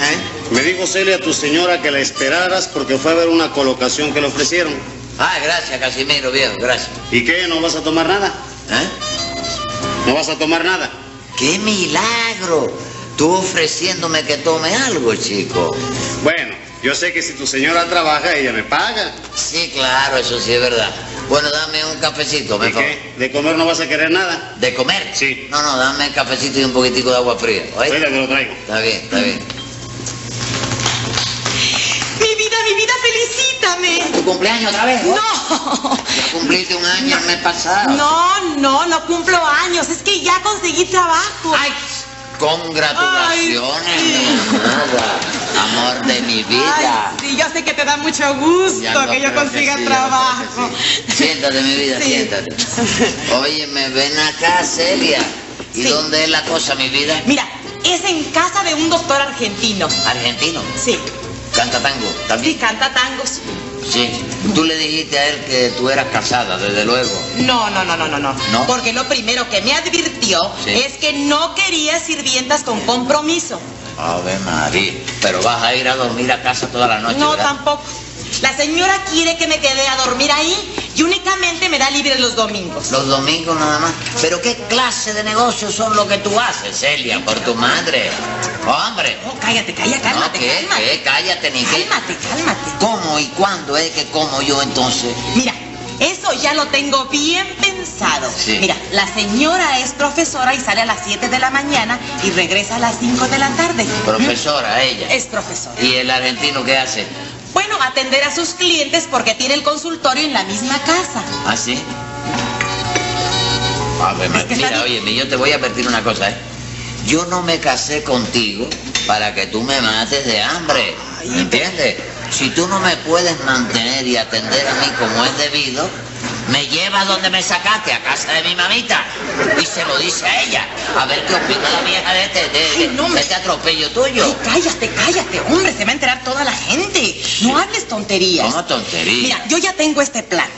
¿Eh? Me dijo Celia a tu señora que la esperaras porque fue a ver una colocación que le ofrecieron. Ah, gracias, Casimiro, viejo, gracias. ¿Y qué? ¿No vas a tomar nada? ¿Eh? ¿No vas a tomar nada? ¡Qué milagro! Tú ofreciéndome que tome algo, chico. Bueno, yo sé que si tu señora trabaja, ella me paga. Sí, claro, eso sí es verdad. Bueno, dame un cafecito, ¿De me qué? ¿De comer no vas a querer nada? ¿De comer? Sí. No, no, dame el cafecito y un poquitico de agua fría. ¿oíste? Ahorita te lo traigo. Está bien, está bien. Mi vida, mi vida, felicítame. ¿Tu cumpleaños otra vez? No, Ya cumpliste un año el mes pasado. no, no, no cumplo años. Es que ya conseguí trabajo. ¡Ay! ¡Congratulaciones! Ay, sí. hermanada. Amor de mi vida. Ay, sí, yo sé que te da mucho gusto Ya no que yo creo consiga sí, ya trabajo. no creo que sí. Siéntate, mi vida, Sí. siéntate. Óyeme, ven acá, Celia. ¿Y Sí. dónde es la cosa, mi vida? Mira, es en casa de un doctor argentino. Argentino. Sí, Canta tango sí, también. canta tangos. Sí. Tú le dijiste a él que tú eras casada, desde luego. No, no, no, no, no, no. ¿No? Porque lo primero que me advirtió Sí. es que no quería sirvientas con compromiso. Ave María. Pero vas a ir a dormir a casa toda la noche. No, ¿verdad? tampoco. La señora quiere que me quede a dormir ahí y únicamente me da libre los domingos. Los domingos nada más. Pero qué clase de negocios son lo que tú haces, Celia, por tu madre. Hombre. No, Oh, cállate, cállate, No, cálmate, ¿qué? cálmate. ¿Qué? Cállate, ni qué. Cálmate, cálmate. ¿Cómo y cuándo es que como yo entonces? Mira, eso ya lo tengo bien pensado. Sí. Mira, la señora es profesora y sale a las 7 de la mañana y regresa a las 5 de la tarde. Profesora, ella. Es profesora. ¿Y el argentino qué hace? Bueno, atender a sus clientes porque tiene el consultorio en la misma casa. ¿Así? Ave María. que está Mira, bien. oye, yo te voy a advertir una cosa, ¿eh? Yo no me casé contigo para que tú me mates de hambre. ¿Me entiendes? Si tú no me puedes mantener y atender a mí como es debido, me llevas donde me sacaste, a casa de mi mamita. Y se lo dice a ella. A ver qué opina la vieja de este, de, Ay, no, de me- este atropello tuyo. Ay, cállate, cállate, hombre, se va a enterar toda la gente. No hables tonterías. ¿Cómo tontería? Mira, yo ya tengo este plan.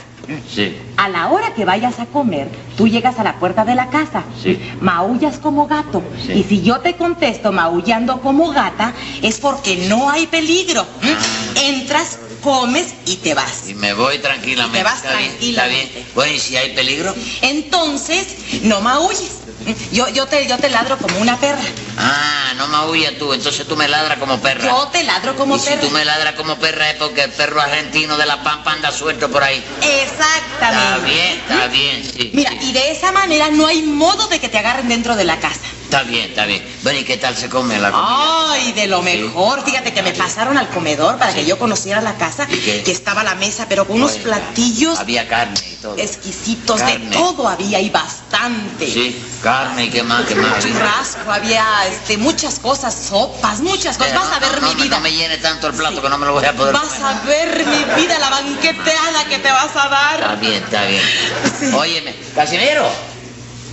Sí. A la hora que vayas a comer, tú llegas a la puerta de la casa. Sí. Maullas como gato. Sí. Y si yo te contesto maullando como gata, es porque no hay peligro. ¿Mm? Entras, comes y te vas. Y me voy tranquilamente. Te vas está bien, está bien. tranquilamente. Bueno, ¿y si hay peligro? Entonces, no maulles. ¿Mm? Yo, yo, te, yo te ladro como una perra. Ah, no maullas tú, entonces tú me ladras como perra. Yo te ladro como y si perra. tú me ladras como perra es porque el perro argentino de la pampa anda suelto por ahí. Exactamente. Está bien, está bien, sí. ¿Mm? Mira, sí. y de esa manera no hay modo de que te agarren dentro de la casa. Está bien, está bien. Bueno, ¿y qué tal se come la comida? Ay, de lo mejor. Fíjate que me pasaron al comedor para que yo conociera la casa ¿Y qué? y estaba la mesa, pero con unos Oiga, platillos Había carne y todo. exquisitos. Carne. De todo había y bastante. Sí, carne y qué más, qué más. había? Churrasco, había este, muchas cosas, sopas, muchas cosas. Eh, Vas no, a ver no, mi no, vida. No me llene tanto el plato Sí. que no me lo voy a poder Vas comer. a ver mi vida, la banqueteada que te vas a Está dar. bien, está bien. Óyeme, Casimiro.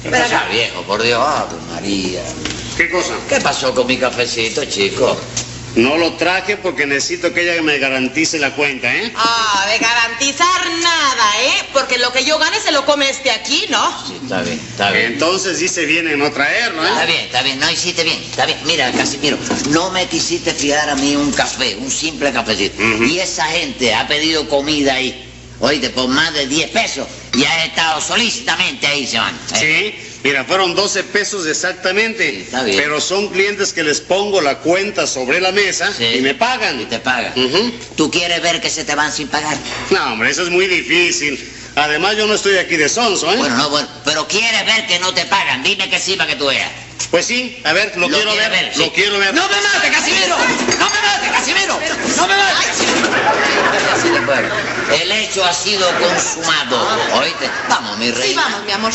¿Qué Ven pasa, acá. viejo? Por Dios, Ave Ah, María. ¿Qué cosa? ¿Qué pasó con mi cafecito, chico? No lo traje porque necesito que ella me garantice la cuenta, ¿eh? Ah, de garantizar nada, ¿eh? Porque lo que yo gane se lo come este aquí, ¿no? Sí, está bien, está bien. Entonces dice bien en no traerlo, Está ¿eh? bien, está bien, no hiciste bien, está bien. Mira, Casimiro, no me quisiste fiar a mí un café, un simple cafecito. Ujú. Y esa gente ha pedido comida ahí, oíste, por más de 10 pesos y ha estado solícitamente ahí, se van. Eh, Sí, mira, fueron 12 pesos Sí, exactamente. está bien. Pero son clientes que les pongo la cuenta sobre la mesa Sí. y me pagan. Eh, Y te pagan. Ujú. ¿Tú quieres ver que se te van sin pagar? No, hombre, eso es muy difícil. Además, yo no estoy aquí de sonso, ¿eh? Bueno, no, bueno, pero quieres ver que no te pagan. Dime que sí para que tú veas. Pues sí, a ver, lo, Lo quiero quiere ver, ver, lo sí. quiero ver. ¡No me mates, Casimiro! ¡No me mates, Casimiro! ¡No me mates, Casimiro! El hecho ha sido consumado, ¿oíste? Vamos, mi rey. Sí, vamos, mi amor.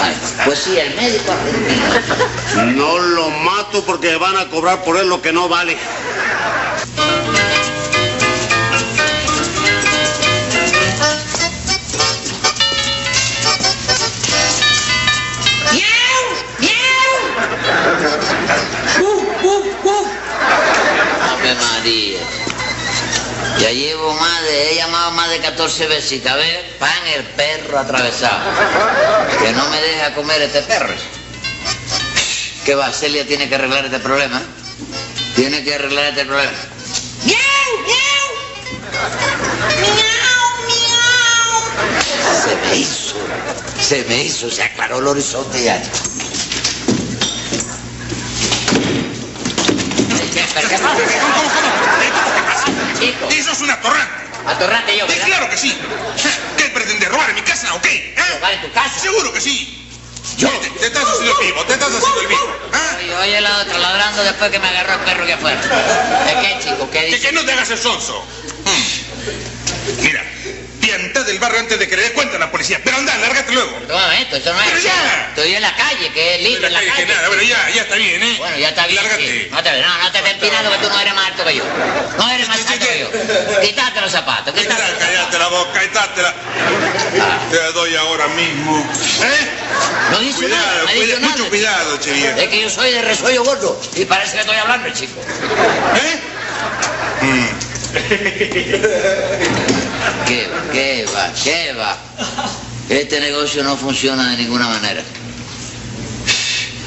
Ay, pues sí, el médico argentino. No lo mato porque van a cobrar por él lo que no vale. ¡Miau! ¡Miau! Uh, ¡Uf, uf, uf! Ave María. Ya llevo más de, he llamado más de 14 veces y a ver, pan el perro atravesado. Que no me deja comer este perro. ¿Qué va? Celia tiene que arreglar este problema. ¿eh? Tiene que arreglar este problema. ¡Miau! ¡Miau! ¡Miau! ¡Miau! Se me hizo. Se me hizo, se aclaró el horizonte ya. ¿Qué, pero qué pasa? ¿Cómo, cómo, cómo? ¿Eh, cómo que pasa? Chico, Eso es un atorrante. atorrante yo, Eh, ¿verdad? claro que sí. Ja, ¿Qué pretende robar en mi casa o qué? ¿Eh? ¿Robar en tu casa? Seguro que sí. Yo. Eh, Te, te estás haciendo el vivo, te estás haciendo el vivo. ¿Ah? Oye, oye, la otra ladrando después que me agarró el perro que afuera. ¿De qué, chico? ¿Qué Que, dice? que no te hagas el sonso. Mm. Mira, pianta del barrio antes de que le dé cuenta a la policía. Pero anda, lárgate luego. Toma esto, eso no es. Pero ya. Estoy en la calle, que es libre en la Mira, que calle. nada, bueno, ya, ya está bien, ¿eh? Bueno, ya está bien. Lárgate. chico. No te, no, no te estés empinando que tú no eres más alto que yo. No eres más alto que yo. Quítate los zapatos, Ahí quítate está, los zapatos. cállate la boca, ahí está, te la... Te la doy ahora mismo. ¿Eh? No dice nada, Cuidado, me cuida- dice nada. Eh. mucho cuidado, che viejo. Es que yo soy de resuello gordo y parece que estoy hablando, chico. ¿Eh? Mm. ¿Qué va? ¿Qué va? ¿Qué va? Este negocio no funciona de ninguna manera.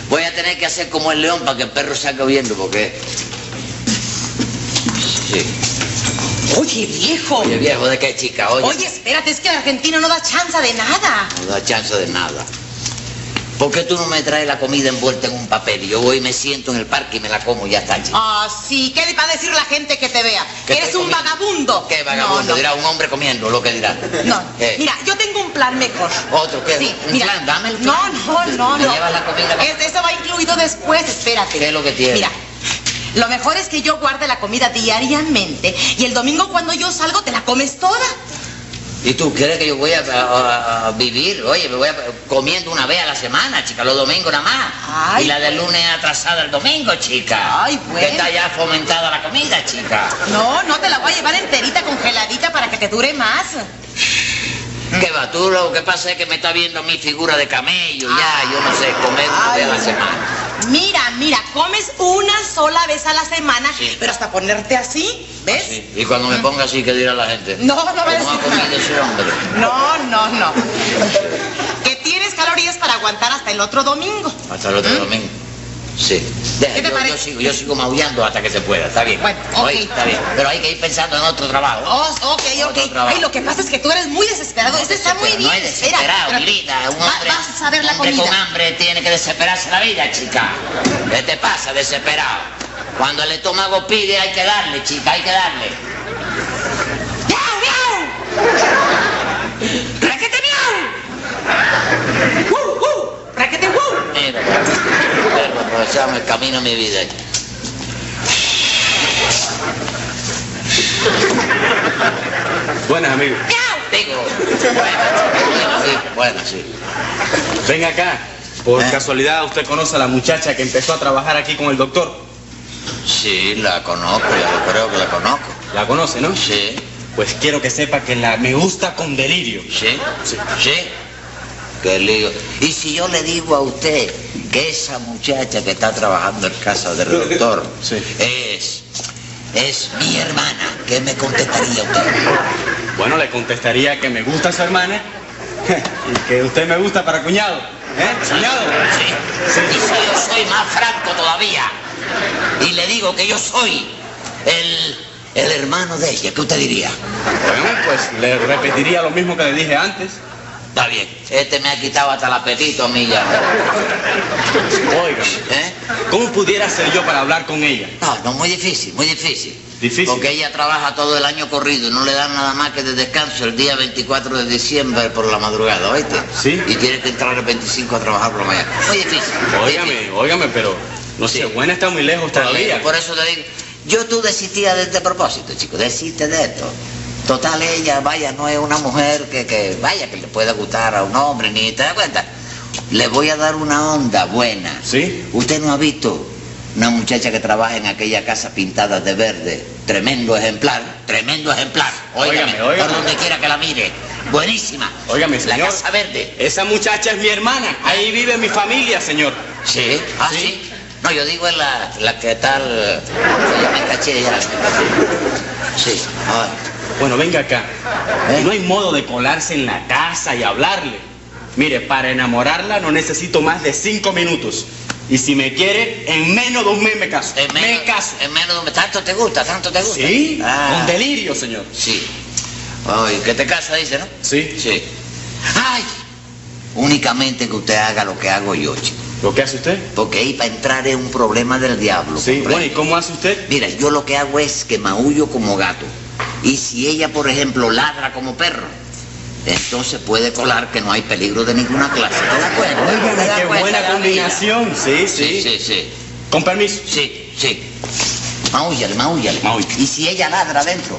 Voy a tener que hacer como el león para que el perro salga viendo, porque... Sí. Oye, viejo. Oye, viejo, ¿de qué chica? Oye, Oye, espérate, es que el argentino no da chance de nada. no da chance de nada. ¿Por qué tú no me traes la comida envuelta en un papel? Y Yo voy y me siento en el parque y me la como y ya está, chica. Ah, sí, ¿qué va a decir la gente que te vea? ¿Qué Que eres estoy un comiendo? vagabundo. ¿Qué vagabundo? No, no. Dirá un hombre comiendo, lo que dirá. No, Eh, mira, yo tengo un plan mejor. Otro, ¿qué? Sí, ¿Un mira. plan? Dame el No, plan. no, no, Me no. llevas la comida para- Es- eso va incluido después, espérate. ¿Qué es lo que tiene? Mira, lo mejor es que yo guarde la comida diariamente y el domingo cuando yo salgo te la comes toda. ¿Y tú crees que yo voy a, a- a- a vivir? Oye, me voy a, comiendo una vez a la semana, chica, los domingos nada más. Ay, pues. y la del lunes atrasada el domingo, chica. Ay, pues. bueno. Que está ya fomentada la comida, chica. No, no te la voy a llevar enterita congeladita para que te dure más. Mm. ¿Qué va? Tú lo que pasa es que me está viendo mi figura de camello, ya, yo no sé, comer una Ah. Ay. vez a la semana. Mira, mira, comes una sola vez a la semana, Sí. pero hasta ponerte así, ¿ves? Sí. Y cuando me ponga así, ¿qué dirá la gente? No, no va a ¿Cómo decir ha comido ese hombre? No, no, no. Que tienes calorías para aguantar hasta el otro domingo. Hasta el otro domingo. Sí. Deja, ¿Eh? ¿Qué te yo, parece? yo sigo, yo sigo maullando hasta que se pueda, está bien. Bueno, ok. Oye, está bien. Pero hay que ir pensando en otro trabajo. Oh, ok, ok. Otro trabajo. Ay, lo que pasa es que tú eres muy desesperado. Esto está muy bien. No es espera. desesperado, Espera. Lilita. Un Va- hombre, vas a ver la un hombre comida. con hambre tiene que desesperarse la vida, chica. ¿Qué te pasa, desesperado? Cuando el estómago pide hay que darle, chica, hay que darle. ¡Miau, miau! ¡Raquete, miau! ¡Woo, woo! ¡Raquete, woo! Mira, perro, aprovechame el camino de mi vida. Buenas, amigo. ¡Miau! Digo, bueno, sí, bueno, sí. Venga acá. Por ¿Eh? casualidad, ¿usted conoce a la muchacha que empezó a trabajar aquí con el doctor? Sí, la conozco, yo creo que la conozco. ¿La conoce, no? Sí, Pues quiero que sepa que la me gusta con delirio. sí, sí. Qué lío. Y si yo le digo a usted que esa muchacha que está trabajando en casa del doctor Sí. es Es mi hermana. ¿Qué me contestaría usted? Bueno, le contestaría que me gusta su hermana y que usted me gusta para cuñado. ¿Eh? ¿Cuñado? Sí. Y si yo soy más franco todavía y le digo que yo soy el, el hermano de ella, ¿qué usted diría? Bueno, pues le repetiría lo mismo que le dije antes. Está bien. Este me ha quitado hasta el apetito a mí ya. Óigame, ¿Eh? ¿cómo pudiera ser yo para hablar con ella? No, no, muy difícil, muy difícil. Difícil. Porque ella trabaja todo el año corrido, no le dan nada más que de descanso el día 24 de diciembre por la madrugada, ¿oíste? Sí. Y tiene que entrar el 25 a trabajar por la mañana. Muy difícil. muy difícil. Óigame, óigame, pero no sé, buena está muy lejos todavía. Por eso te digo, yo tú desistías de este propósito, chico, desiste de esto. Total, ella, vaya, no es una mujer que, que, vaya, que le pueda gustar a un hombre, ni te das cuenta. Le voy a dar una onda buena. ¿Sí? ¿Usted no ha visto una muchacha que trabaja en aquella casa pintada de verde? Tremendo ejemplar, tremendo ejemplar. Óigame, Óigame, óigame. por donde quiera que la mire. Buenísima. Óigame, La señor. casa verde. Esa muchacha es mi hermana. Ahí vive mi familia, señor. Sí, ah, sí. No, yo digo la, la que tal. eh, Ya me caché ya. Sí, ah, Bueno, venga acá. ¿Eh? No hay modo de colarse en la casa y hablarle. Mire, para enamorarla no necesito más de cinco minutos. Y si me quiere, en menos de un mes me caso. en me menos, caso. en menos de- Tanto te gusta, tanto te gusta. Sí, Ah, con delirio, señor. sí. Ay, que te casa, dice, ¿no? Sí. Sí. ¡Ay! Únicamente que usted haga lo que hago yo, chico. ¿Lo que hace usted? Porque ahí para entrar es un problema del diablo. Sí. ¿comprende? Bueno, ¿y cómo hace usted? Mira, yo lo que hago es que maullo como gato. Y si ella, por ejemplo, ladra como perro, entonces puede colar que no hay peligro de ninguna clase. ¿Te das cuenta? ¿Te das qué cuenta, buena Gabriela? combinación. Sí, Sí, sí, sí, sí. Con permiso. Sí, sí. Maúllale, maúllale. Maúlla. Y si ella ladra adentro,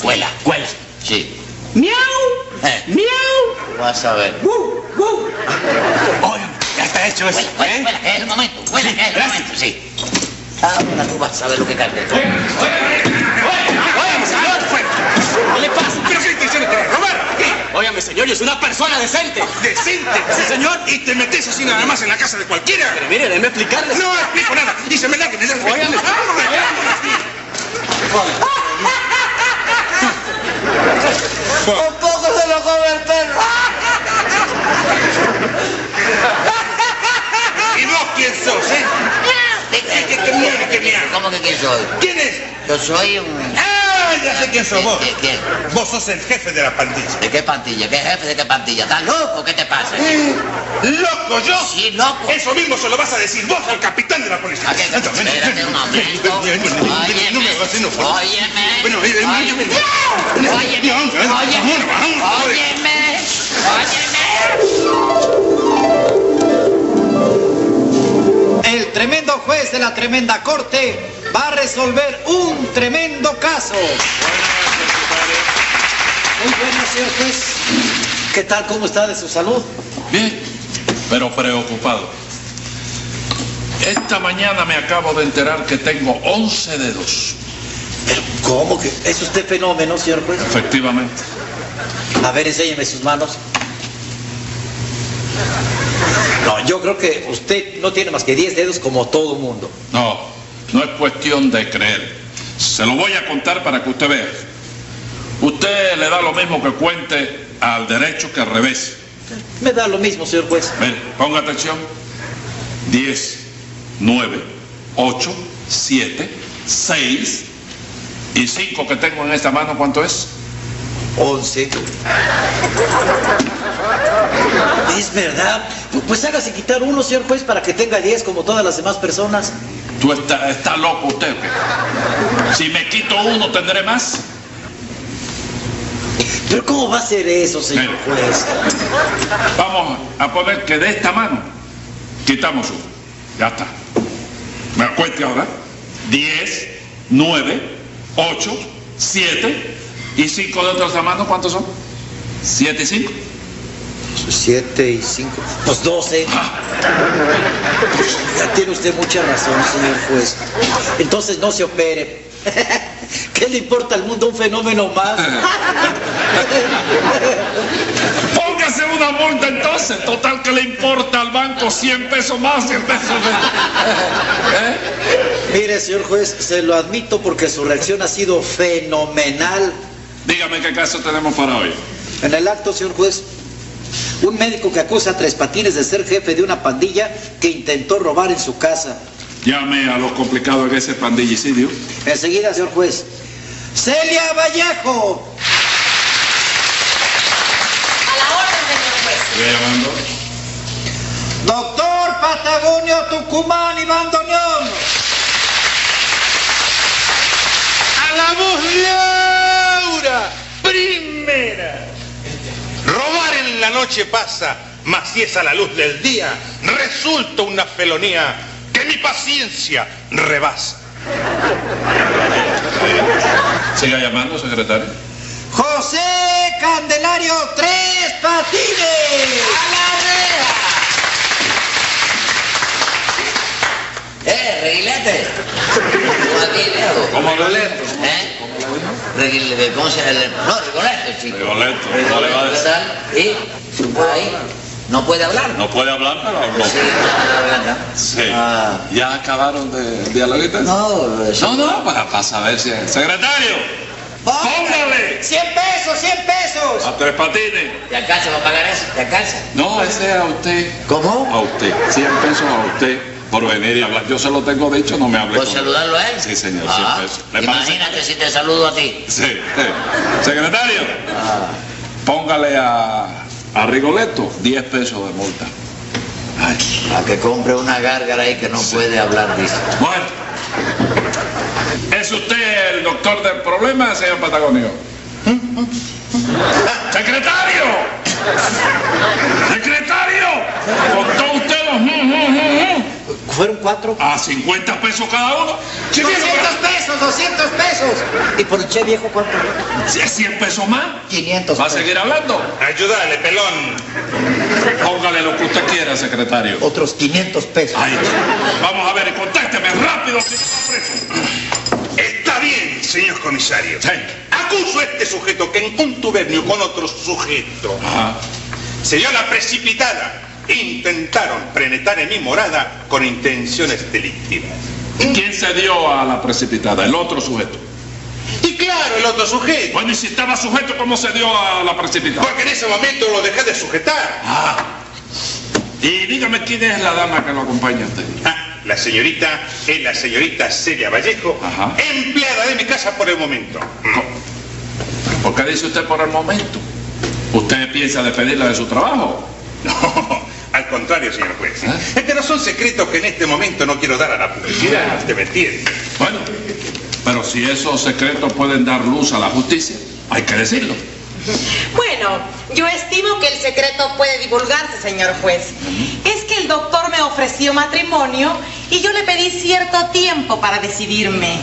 cuela. Cuela. Sí. ¡Miau! Eh, ¡Miau! vas a ver. ¡Woo! ¡Woo! Oigan, ya está hecho eso. Cuela, cuela, cuela, ¿eh? que es el momento. Cuela, que es el gracias. momento, sí. Ah, Ahora tú vas a ver lo que carga. Óigame, señor. ¿Qué le pasa? pues. ¿Pero qué te hicieron? ¿Te robar? ¿Qué? Óigame, señor, yo soy una persona decente. ¡Decente! Sí, señor. Y te metes así nada más en la casa de cualquiera. Pero mire, déjeme explicarle. No explico nada. Y se me larga, me larga. Óigame. ¿Y vos quién sos, eh? ¿Qué, qué, qué mierda, qué mierda? ¿Cómo que quién soy? ¿Quién es? Yo soy un... ¡Ah! Ya sé quién sos vos. ¿Quién- quién- quién? Vos sos el jefe de la pandilla. ¿De qué pantilla? ¿Qué jefe de qué pantilla? ¿Estás loco? ¿Qué te pasa? Eh. ¡Loco, yo! Sí, loco. Eso mismo se lo vas a decir vos al capitán de la policía. ¿A qué? Espérate un momento. No me hagas Óyeme. enojar. Bueno, eh, eh, Óyeme. yo me- Óyeme. Óyeme. Vamos, vamos, vamos. Óyeme. Óyeme. El tremendo juez de la tremenda corte va a resolver un tremendo caso. Muy buenas, señor juez. ¿Qué tal? ¿Cómo está de su salud? Bien, pero preocupado. Esta mañana me acabo de enterar que tengo 11 dedos. Pero, ¿cómo que? ¿Es usted fenómeno, señor juez? Efectivamente. A ver, enséñeme sus manos. No, yo creo que usted no tiene más que 10 dedos como todo mundo. No, no es cuestión de creer. Se lo voy a contar para que usted vea. Usted le da lo mismo que cuente al derecho que al revés. Me da lo mismo, señor juez. Mire, ponga atención. 10, 9, 8, 7, 6 y 5 que tengo en esta mano, ¿cuánto es? 11. Es verdad. Pues hágase quitar uno, señor juez, para que tenga 10 como todas las demás personas. Tú está, está loco usted. ¿o qué? Si me quito uno, tendré más. Pero ¿cómo va a ser eso, señor Mire. juez? Vamos a poner que de esta mano quitamos uno. Ya está. Me cuente ahora. 10, 9, 8, 7 y 5 de otras manos. ¿Cuántos son? 7 y 5. 7 y 5. Pues 12. Ya tiene usted mucha razón, señor juez. Entonces no se opere. ¿Qué le importa al mundo un fenómeno más? Ponga póngase una multa entonces. Total que le importa al banco 100 pesos más, 100 pesos menos. ¿Eh? Mire, señor juez, se lo admito porque su reacción ha sido fenomenal. Dígame qué caso tenemos para hoy. En el acto, señor juez, un médico que acusa a Tres Patines de ser jefe de una pandilla que intentó robar en su casa. Llame a lo complicado que es ese pandillicidio. Enseguida, señor juez. Celia Vallejo. A la orden, señor juez. Sigue llamando. Doctor Patagonio Tucumán y Bandoneón. A la voz Laura, primera. Robar en la noche pasa, mas si es a la luz del día, resulta una felonía que mi paciencia rebasa. Siga llamando, secretario. José Candelario Tres Patines. ¡Eh, reguilete! Tú aquí, viejo. ¿Cómo lo lento? ¿Eh? Reguilete, ¿cómo se llama? No, Regoleto, chico. Regoleto, no le va a ¿Qué decir. tal? ¿Y? Ahí. ¿No puede hablar? No puede hablar, pero habló. Sí, no puede hablar. Sí. Ah. ¿Ya acabaron de dialoguitas? No, eh, No, no, para, para saber si es. ¡Secretario! ¡100 ¡Póngale! pesos, 100 pesos! A tres patines. ¿Te alcanza para pagar eso? ¿Te alcanza? No, ese es a usted. ¿Cómo? A usted. 100 pesos a usted por venir y hablar. Yo se lo tengo dicho, no me hable. ¿Puedo con- saludarlo a él? Sí, señor, Ah, 100 pesos. ¿Le parece? Imagínate si te saludo a ti. Sí, sí. Secretario, Ah. póngale a, a Rigoletto 10 pesos de multa. Ay, A que compre una gárgara ahí que no puede hablar, dice. Bueno, ¿es usted el doctor del problema, señor Patagonio? ¡Secretario! ¡Secretario! ¿Contó usted los mm, mm, mm, mm? Fueron cuatro. a 50 pesos cada uno? Sí, viejo, pesos, 200 pesos! ¿Y por el che viejo cuánto? pero- sí, 100 pesos más. 500 ¿Va a seguir hablando? Ayúdale, pelón. Póngale lo que usted quiera, secretario. Otros 500 pesos. Ahí. Vamos a ver, contácteme rápido. si no está preso. Está bien, señor comisario. Sí. Acuso a este sujeto que en contubernio con otro sujeto Ajá. se dio la precipitada. Intentaron prenetar en mi morada con intenciones delictivas. ¿Quién se dio a la precipitada? El otro sujeto. Y claro, el otro sujeto. Bueno, y si estaba Pues sujeto, ¿cómo se dio a la precipitada? Porque en ese momento lo dejé de sujetar. Ah. Y dígame quién es la dama que lo acompaña a usted. Ah, la señorita es la señorita Celia Vallejo, Ajá. empleada de mi casa por el momento. ¿Por qué dice usted por el momento? ¿Usted piensa despedirla de su trabajo? No, al contrario, señor juez. ¿Ah? Es que no son secretos que en este momento no quiero dar a la publicidad, ¿te me entiende? Bueno, pero si esos secretos pueden dar luz a la justicia, hay que decirlo. Bueno, yo estimo que el secreto puede divulgarse, señor juez. Es que el doctor me ofreció matrimonio y yo le pedí cierto tiempo para decidirme.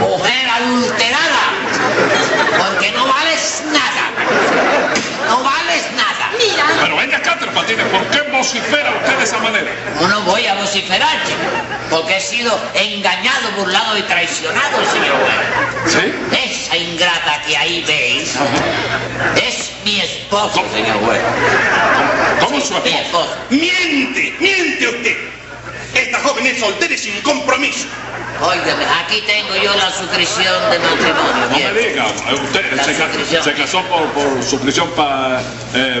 ¡Mujer adulterada! Porque no vales nada. No vales nada. Mira, Pero venga acá, Tres Patines, ¿por qué vocifera usted de esa manera? No, no voy a vociferar, chico, porque he sido engañado, burlado y traicionado, señor juez. ¿Sí? Esa ingrata que ahí veis es mi esposo, señor juez. ¿Cómo su Mi esposo? esposo. ¡Miente! ¡Miente usted! Esta joven es soltera y sin compromiso. Óigame, aquí tengo yo la suscripción de matrimonio. No me viejo. diga, usted La se, ca- suscripción. se casó por, por suscripción para... Eh,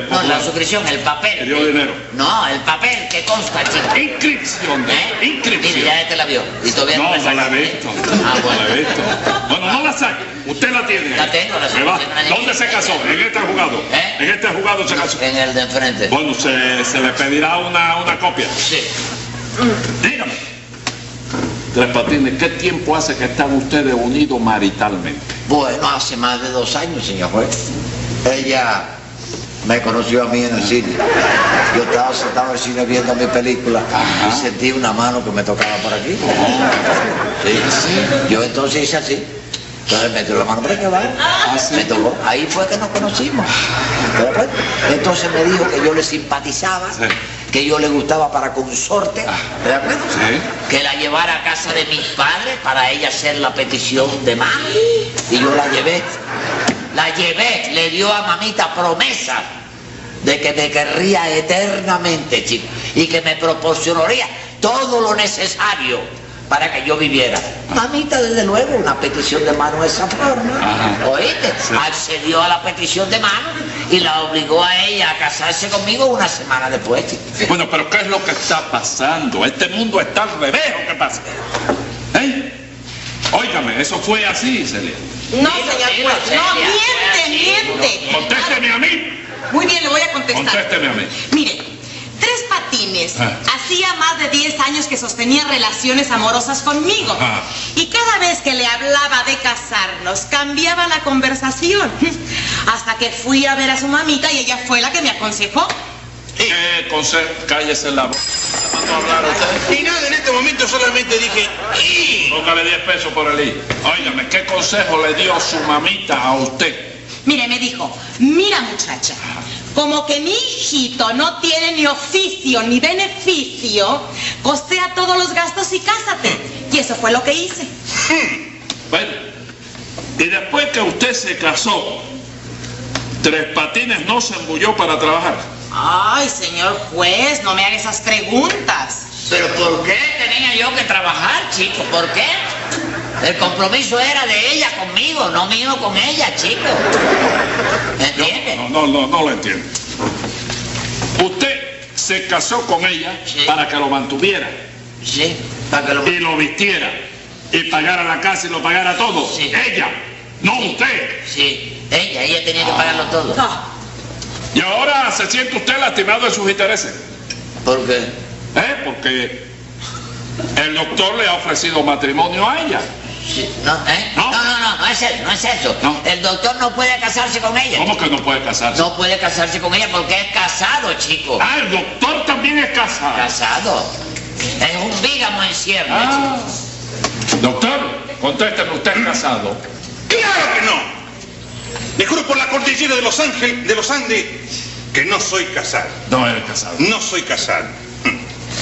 No, la popular. suscripción, el papel. Le dio dinero. No, el papel que consta, chico. Inscripción, de- ¿Eh? Mire, inscripción. ya este la vio. Y todavía No, me no la he saca. visto. Ah, No bueno. la he visto. Bueno, no la saque. Usted la tiene. La tengo, la Me va. tengo. ¿Dónde se casó? En este jugado. ¿Eh? En este jugado se casó. En el de enfrente. Bueno, se, se le pedirá una, una copia. Sí. Dígame. Tres Patines, ¿qué tiempo hace que están ustedes unidos maritalmente? Bueno, hace más de dos años, señor juez. Ella me conoció a mí en el cine. Yo estaba sentado en el cine viendo mi película y sentí una mano que me tocaba por aquí. Sí. Yo entonces hice así. Entonces metió la mano por aquí, ¿vale? Ah, Me tocó. Ahí fue que nos conocimos. ¿Te das cuenta? Entonces me dijo que yo le simpatizaba, Sí. que yo le gustaba para consorte. ¿Te das cuenta? Ah, Sí. que la llevara a casa de mis padres para ella hacer la petición de mami. Y yo la llevé. La llevé, le dio a mamita promesa de que te querría eternamente, chico, y que me proporcionaría todo lo necesario para que yo viviera. Mamita, desde luego, una petición de mano de esa forma. Ajá. ¿Oíste? Sí. Accedió a la petición de mano y la obligó a ella a casarse conmigo una semana después, chico. Bueno, pero ¿qué es lo que está pasando? Este mundo está al revés, ¿o qué pasa? ¿Eh? Óigame, eso fue así, Celia. No, Dilo, señor dilo, juez. No, Celia, miente, Celia, miente. Contésteme a mí. Muy bien, le voy a contestar. Contésteme a mí. Mire, Tres Patines Ah. hacía más de 10 años que sostenía relaciones amorosas conmigo. Ah. Y cada vez que le hablaba de casarnos, cambiaba la conversación. Hasta que fui a ver a su mamita y ella fue la que me aconsejó. ¿Qué consejo? Cállese la boca. ¿Está mandando a hablar usted? Y nada, en este momento solamente dije, "Y". Póngale 10 pesos por el I. Óigame, ¿qué consejo le dio su mamita a usted? Mire, me dijo, mira muchacha, Ah. como que mi hijito no tiene ni oficio ni beneficio, costea todos los gastos y cásate. Y eso fue lo que hice. Bueno, y después que usted se casó, Tres Patines no se embulló para trabajar. Ay, señor juez, no me haga esas preguntas. Pero ¿por qué tenía Este yo que trabajar, chico? ¿Por qué? El compromiso era de ella conmigo, no mío con ella, chico. ¿Entiendes? No, no, no, no lo entiendo. Usted se casó con ella Sí. para que lo mantuviera Sí, para que lo... y lo vistiera y pagara la casa y lo pagara todo. Sí. Ella, no usted. Sí, ella, ella tenía que pagarlo todo. Ah, Y ahora se siente usted lastimado de sus intereses. ¿Por qué? ¿eh? Porque el doctor le ha ofrecido matrimonio a ella. Sí, No, ¿eh? ¿No? no, no, no, no es eso, no es eso. No. El doctor no puede casarse con ella. ¿Cómo que no puede casarse? No puede casarse con ella porque es casado, chico. Ah, el doctor también es casado. Casado. Es un bígamo en ciernes, Ah. Doctor, contésteme, usted es casado. ¡Claro que no! Le juro por la cordillera de los Ángeles, de los Andes, que no soy casado. No eres casado. No soy casado.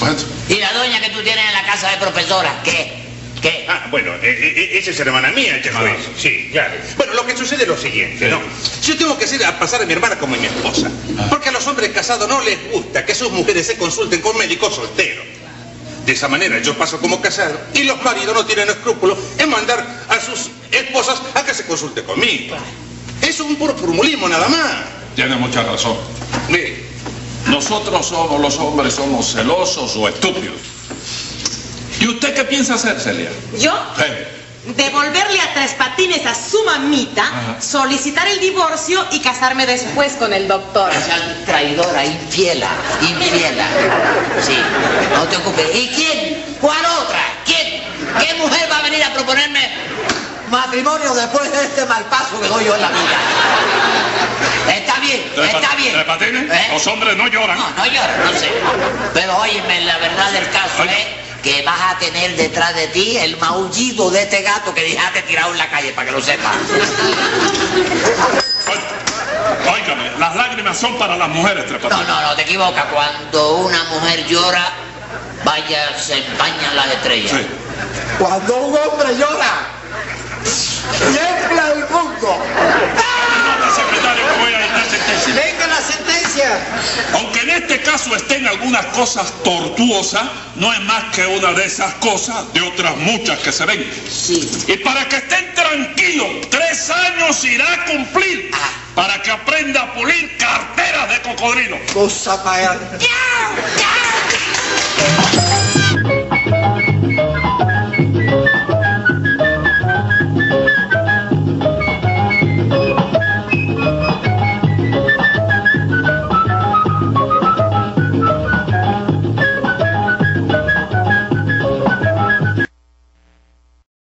Bueno. ¿Y la doña que tú tienes en la casa de profesora? ¿Qué? ¿Qué? Ah, bueno, eh, eh, esa es hermana mía, ya fue. Sí, claro. Bueno, lo que sucede es lo siguiente, ¿no? Yo tengo que hacer a pasar a mi hermana como a mi esposa. Porque a los hombres casados no les gusta que sus mujeres se consulten con médicos solteros. De esa manera yo paso como casado y los maridos no tienen escrúpulos en mandar a sus esposas a que se consulte conmigo. Eso es un puro formulismo nada más. Tiene mucha razón. Mire, Nosotros somos los hombres, somos celosos o estúpidos. ¿Y usted qué piensa hacer, Celia? Yo, Eh, devolverle a tres patines a su mamita, Ajá. solicitar el divorcio y casarme después con el doctor. Esa traidora, infiela, infiela. Sí, no te ocupes. ¿Y quién? ¿Cuál otra? ¿Quién? ¿Qué mujer va a venir a proponerme matrimonio después de este mal paso que doy yo en la vida? Está bien, ¿Tres está pat- bien. tres patines? ¿Eh? Los hombres no lloran. No, no lloro, no sé. Pero óyeme, la verdad del caso Oye. es que vas a tener detrás de ti el maullido de este gato que dejaste tirado en la calle, para que lo sepas. Oí- Óigame, las lágrimas son para las mujeres, tres No, patines. no, no, te equivocas. Cuando una mujer llora, vaya, se empañan las estrellas. Sí. Cuando un hombre llora, tiembla el mundo. Nota, secretario, que voy a dictar sentencia. Venga la sentencia. Aunque en este caso estén algunas cosas tortuosas, no es más que una de esas cosas de otras muchas que se ven. Sí. Y para que estén tranquilos, tres años irá a cumplir Ah. para que aprenda a pulir carteras de cocodrilo. Cosa para... ¡Chao! ¡Chao!